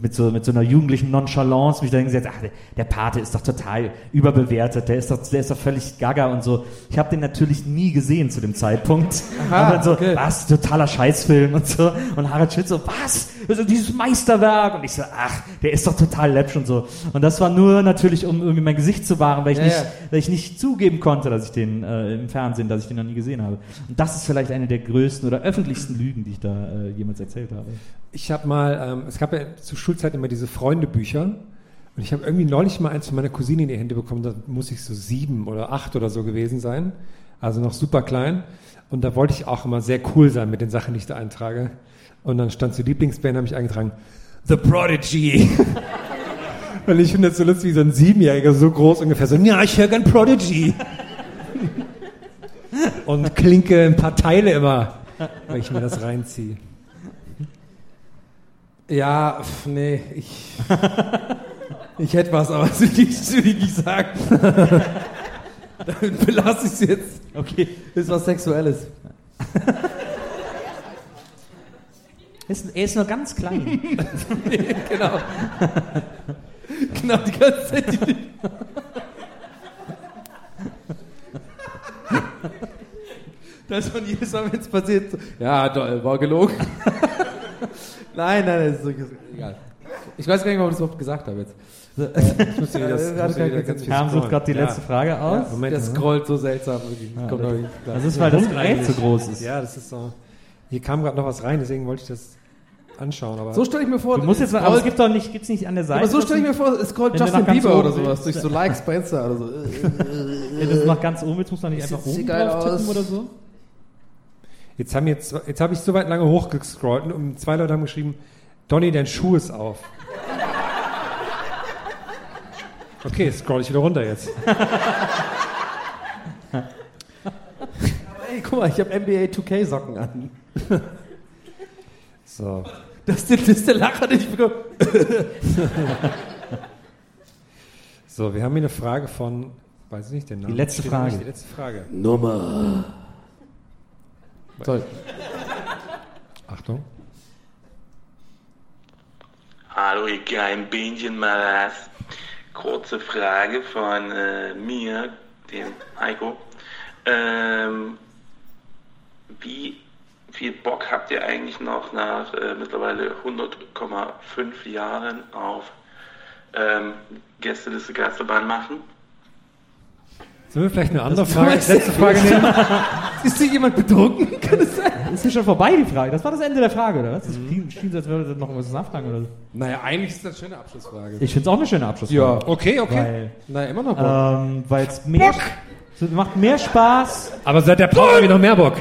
mit, so mit so einer jugendlichen Nonchalance mich da hingesetzt, ach, der, der Pate ist doch total überbewertet, der ist doch, der ist doch völlig gaga und so. Ich habe den natürlich nie gesehen zu dem Zeitpunkt.
Aha,
und dann so, was, totaler Scheißfilm und so. Und Harald Schmidt so, was? Also dieses Meisterwerk. Und ich so, ach, der ist doch total läppsch und so. Und das war nur natürlich, um irgendwie mein Gesicht zu wahren, weil ich,
Ja,
nicht,
ja.
Weil ich nicht zugeben konnte, dass ich den äh, im Fernsehen, dass ich den noch nie gesehen habe. Und das ist vielleicht eine der größten oder öffentlichsten Lügen, die ich da äh, jemals erzählt habe.
Ich habe mal, ähm, es gab ja zur Schulzeit immer diese Freundebücher. Und ich habe irgendwie neulich mal eins von meiner Cousine in die Hände bekommen. Da muss ich so sieben oder acht oder so gewesen sein. Also noch super klein. Und da wollte ich auch immer sehr cool sein mit den Sachen, die ich da eintrage. Und dann stand zur Lieblingsband, habe ich eingetragen, The Prodigy. und ich finde das so lustig, wie so ein Siebenjähriger, so groß ungefähr, so, ja, ich höre gern Prodigy. und klinke ein paar Teile immer, weil ich mir das reinziehe.
Ja, pf, nee, ich. ich hätte was, aber das will ich, will ich nicht sagen. Damit belasse ich es jetzt.
Okay.
Ist was Sexuelles.
Ist, er ist nur ganz klein.
nee, genau. genau, die ganze Zeit. Die das ist von jedes Mal, wenn es passiert. So, ja, toll, war gelogen. nein, nein, das ist so, egal. Ich weiß gar nicht, warum ich das überhaupt gesagt habe jetzt. Ich muss wieder-
das-
ich muss
gerade
wieder
ganz
viel
Herm sucht
scrollen.
gerade die
Ja.
letzte Frage aus.
Ja, Moment, der scrollt so seltsam. wirklich. Ich komm
das-
da nicht klar.
Das ist, weil das Gerät zu groß ist.
Ja, das ist so. Hier kam gerade noch was rein, deswegen wollte ich das anschauen. Aber
So stelle ich mir vor.
Du musst jetzt mal, aber es gibt doch nicht, gibt's nicht an der Seite.
Aber so stelle ich mir vor, es scrollt
Wenn du
Justin
nach ganz
Bieber oder
oben
sowas, durch so
willst.
Likes bei Insta oder so.
Wenn das nach ganz oben ist, muss man nicht
Das
einfach
sieht
oben
geil
drauf tippen
aus.
oder so?
Jetzt haben jetzt, jetzt habe ich so weit lange hochgescrollt und um- zwei Leute haben geschrieben, Donny, dein Schuh ist auf. Okay, scroll ich wieder runter jetzt.
Ey, guck mal, ich habe NBA 2K Socken an.
So.
Das ist der, das ist der Lacher, den ich bekomme.
So, wir haben hier eine Frage von, weiß ich nicht den Namen.
letzte
Steht da nicht,
Frage.
Die letzte Frage.
Nummer.
Toll.
Achtung.
Hallo, ihr geilen Bähnchenmalas. Kurze Frage von äh, mir, dem Heiko. Ähm, wie viel Bock habt ihr eigentlich noch nach äh, mittlerweile 100,5 Jahren auf ähm, Gästeliste Geisterbahn machen?
Sollen wir vielleicht eine andere
Das-
Frage, letzte Frage nehmen?
Ist hier jemand betrunken? Kann es sein?
Ist ja schon vorbei, die Frage. Das war das Ende der Frage, oder was? Das schien, schien so, als würde das noch was nachfragen oder so.
Naja, eigentlich ist das eine schöne Abschlussfrage.
Ich finde es auch eine schöne Abschlussfrage.
Ja, okay, okay.
Weil
Na, immer noch Bock.
ähm, es mehr, so, macht mehr Spaß.
Aber seit der Pause habe ich noch mehr Bock.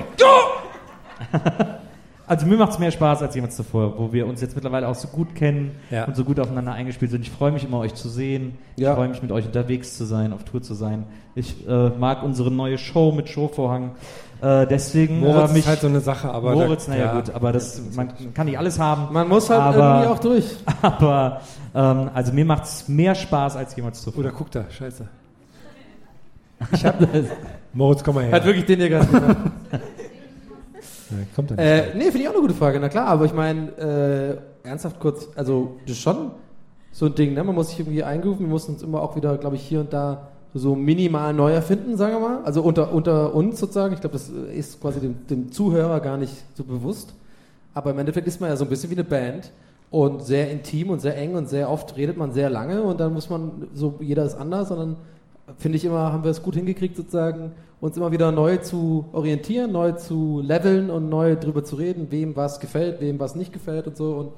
Also mir macht es mehr Spaß als jemals zuvor, wo wir uns jetzt mittlerweile auch so gut kennen
Ja.
und so gut aufeinander eingespielt sind. Ich freue mich immer, euch zu sehen.
Ja.
Ich freue mich, mit euch unterwegs zu sein, auf Tour zu sein. Ich äh, mag unsere neue Show mit Showvorhang. Äh, deswegen
Moritz
äh,
ist halt so eine Sache, aber
Moritz,
da-
naja
ja.
gut, aber das, man, man kann nicht alles haben.
Man muss halt
aber,
irgendwie auch durch.
Aber ähm, also mir macht es mehr Spaß als jemals zuvor.
Oder guck Oh, da, scheiße. Ich hab, Moritz, komm mal her.
Hat wirklich den hier gerade gemacht.
Ja, kommt dann.
Äh, nee, finde ich auch eine gute Frage, na klar, aber ich meine, äh, ernsthaft kurz, also das ist schon so ein Ding, ne? Man muss sich irgendwie eingrufen, wir mussten uns immer auch wieder, glaube ich, hier und da so minimal neu erfinden, sagen wir mal. Also unter, unter uns sozusagen. Ich glaube, das äh, ist quasi dem, dem Zuhörer gar nicht so bewusst. Aber im Endeffekt ist man ja so ein bisschen wie eine Band. und sehr intim und sehr eng und sehr oft redet man sehr lange und dann muss man, so jeder ist anders, sondern finde ich immer, haben wir es gut hingekriegt sozusagen, uns immer wieder neu zu orientieren, neu zu leveln und neu drüber zu reden, wem was gefällt, wem was nicht gefällt und so und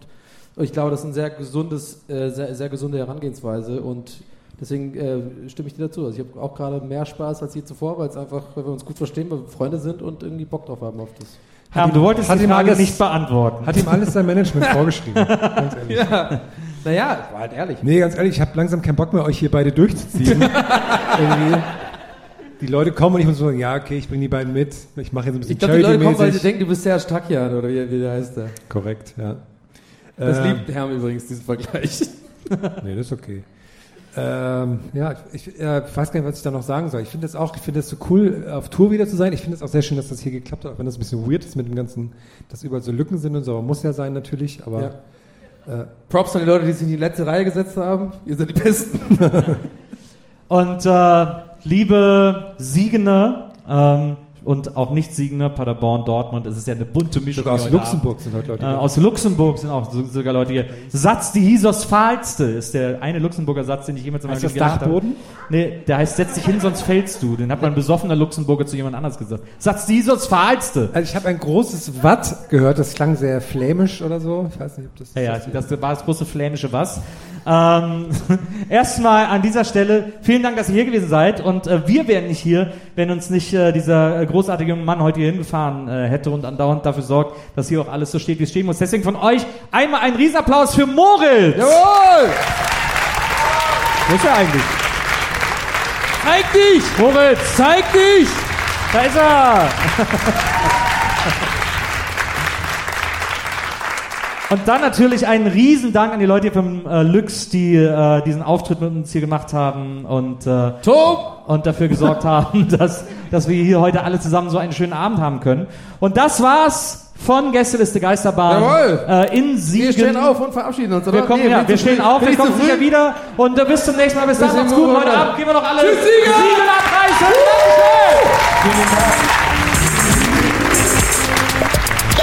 ich glaube, das ist ein sehr gesundes, äh, sehr, sehr gesunde Herangehensweise und deswegen äh, stimme ich dir dazu. Also ich habe auch gerade mehr Spaß als je zuvor, weil es einfach, weil wir uns gut verstehen, weil wir Freunde sind und irgendwie Bock drauf haben auf das.
Herr, du wolltest die Frage nicht beantworten.
Hat ihm alles sein Management vorgeschrieben. Ganz ehrlich.
Ja. Naja, war halt ehrlich.
Nee, ganz ehrlich, ich habe langsam keinen Bock mehr, euch hier beide durchzuziehen. Irgendwie. die Leute kommen und ich muss so sagen, ja, okay, ich bringe die beiden mit. Ich mache jetzt ein bisschen
Ich glaube, die Leute kommen, weil sie
Charity-mäßig.
denken, du bist Serge Takian oder wie, wie der heißt der.
Korrekt, ja.
Das
Ähm,
liebt Herm übrigens, diesen Vergleich.
nee, das ist okay. Ähm, ja, ich äh, weiß gar nicht, was ich da noch sagen soll. Ich finde das auch, ich finde das so cool, auf Tour wieder zu sein. Ich finde es auch sehr schön, dass das hier geklappt hat, auch wenn das ein bisschen weird ist mit dem ganzen, dass überall so Lücken sind und so, aber muss ja sein natürlich, aber äh,
Props an die Leute, die sich in die letzte Reihe gesetzt haben. Ihr seid die Besten.
Und äh, liebe Siegende ähm, und auch Nicht-Siegende, Paderborn, Dortmund, es ist ja eine bunte Mischung.
Sogar aus
die heute
Luxemburg
Abend-
sind heute Leute
Äh,
hier.
aus Luxemburg sind auch so- sogar Leute hier. Satz die Hisos Fahlste ist der eine Luxemburger Satz, den ich jemals in meinem
Heißt das
Leben gelernt habe.
Dachboden?
Nee, der heißt, setz dich hin, sonst fällst du. Den hat man besoffener Luxemburger zu jemand anders gesagt. Satz die Hisos Fahlste.
Also ich habe ein großes Watt gehört, das klang sehr flämisch oder so. Ich weiß nicht, ob das.
Ja, ja, das war das große flämische Was. Ähm, Erstmal an dieser Stelle vielen Dank, dass ihr hier gewesen seid. Und äh, wir wären nicht hier, wenn uns nicht äh, dieser äh, großartige junge Mann heute hier hingefahren äh, hätte und andauernd dafür sorgt, dass hier auch alles so steht, wie es stehen muss. Deswegen von euch einmal einen Riesenapplaus für Moritz.
Jawohl!
Wo ist er eigentlich? Zeig dich! Moritz, zeig dich! Da ist er! Und dann natürlich einen riesen Dank an die Leute hier vom äh, Lux, die äh, diesen Auftritt mit uns hier gemacht haben und, äh, und dafür gesorgt haben, dass, dass wir hier heute alle zusammen so einen schönen Abend haben können. Und das war's von Gästeliste Geisterbahn
Jawohl.
Äh, in Siegen.
Wir stehen auf und verabschieden uns, oder?
Wir kommen,
Nee,
ja,
bin
wir
zu
stehen
früh.
auf,
Bin
wir
ich zu
kommen
früh?
sicher wieder und äh, bis zum nächsten Mal. Bis
Bis
dann, macht's
nächsten
gut.
Mal.
Heute Abend gehen wir noch alle.
Tschüss, Sieger!
Siegen abreißen. Dankeschön.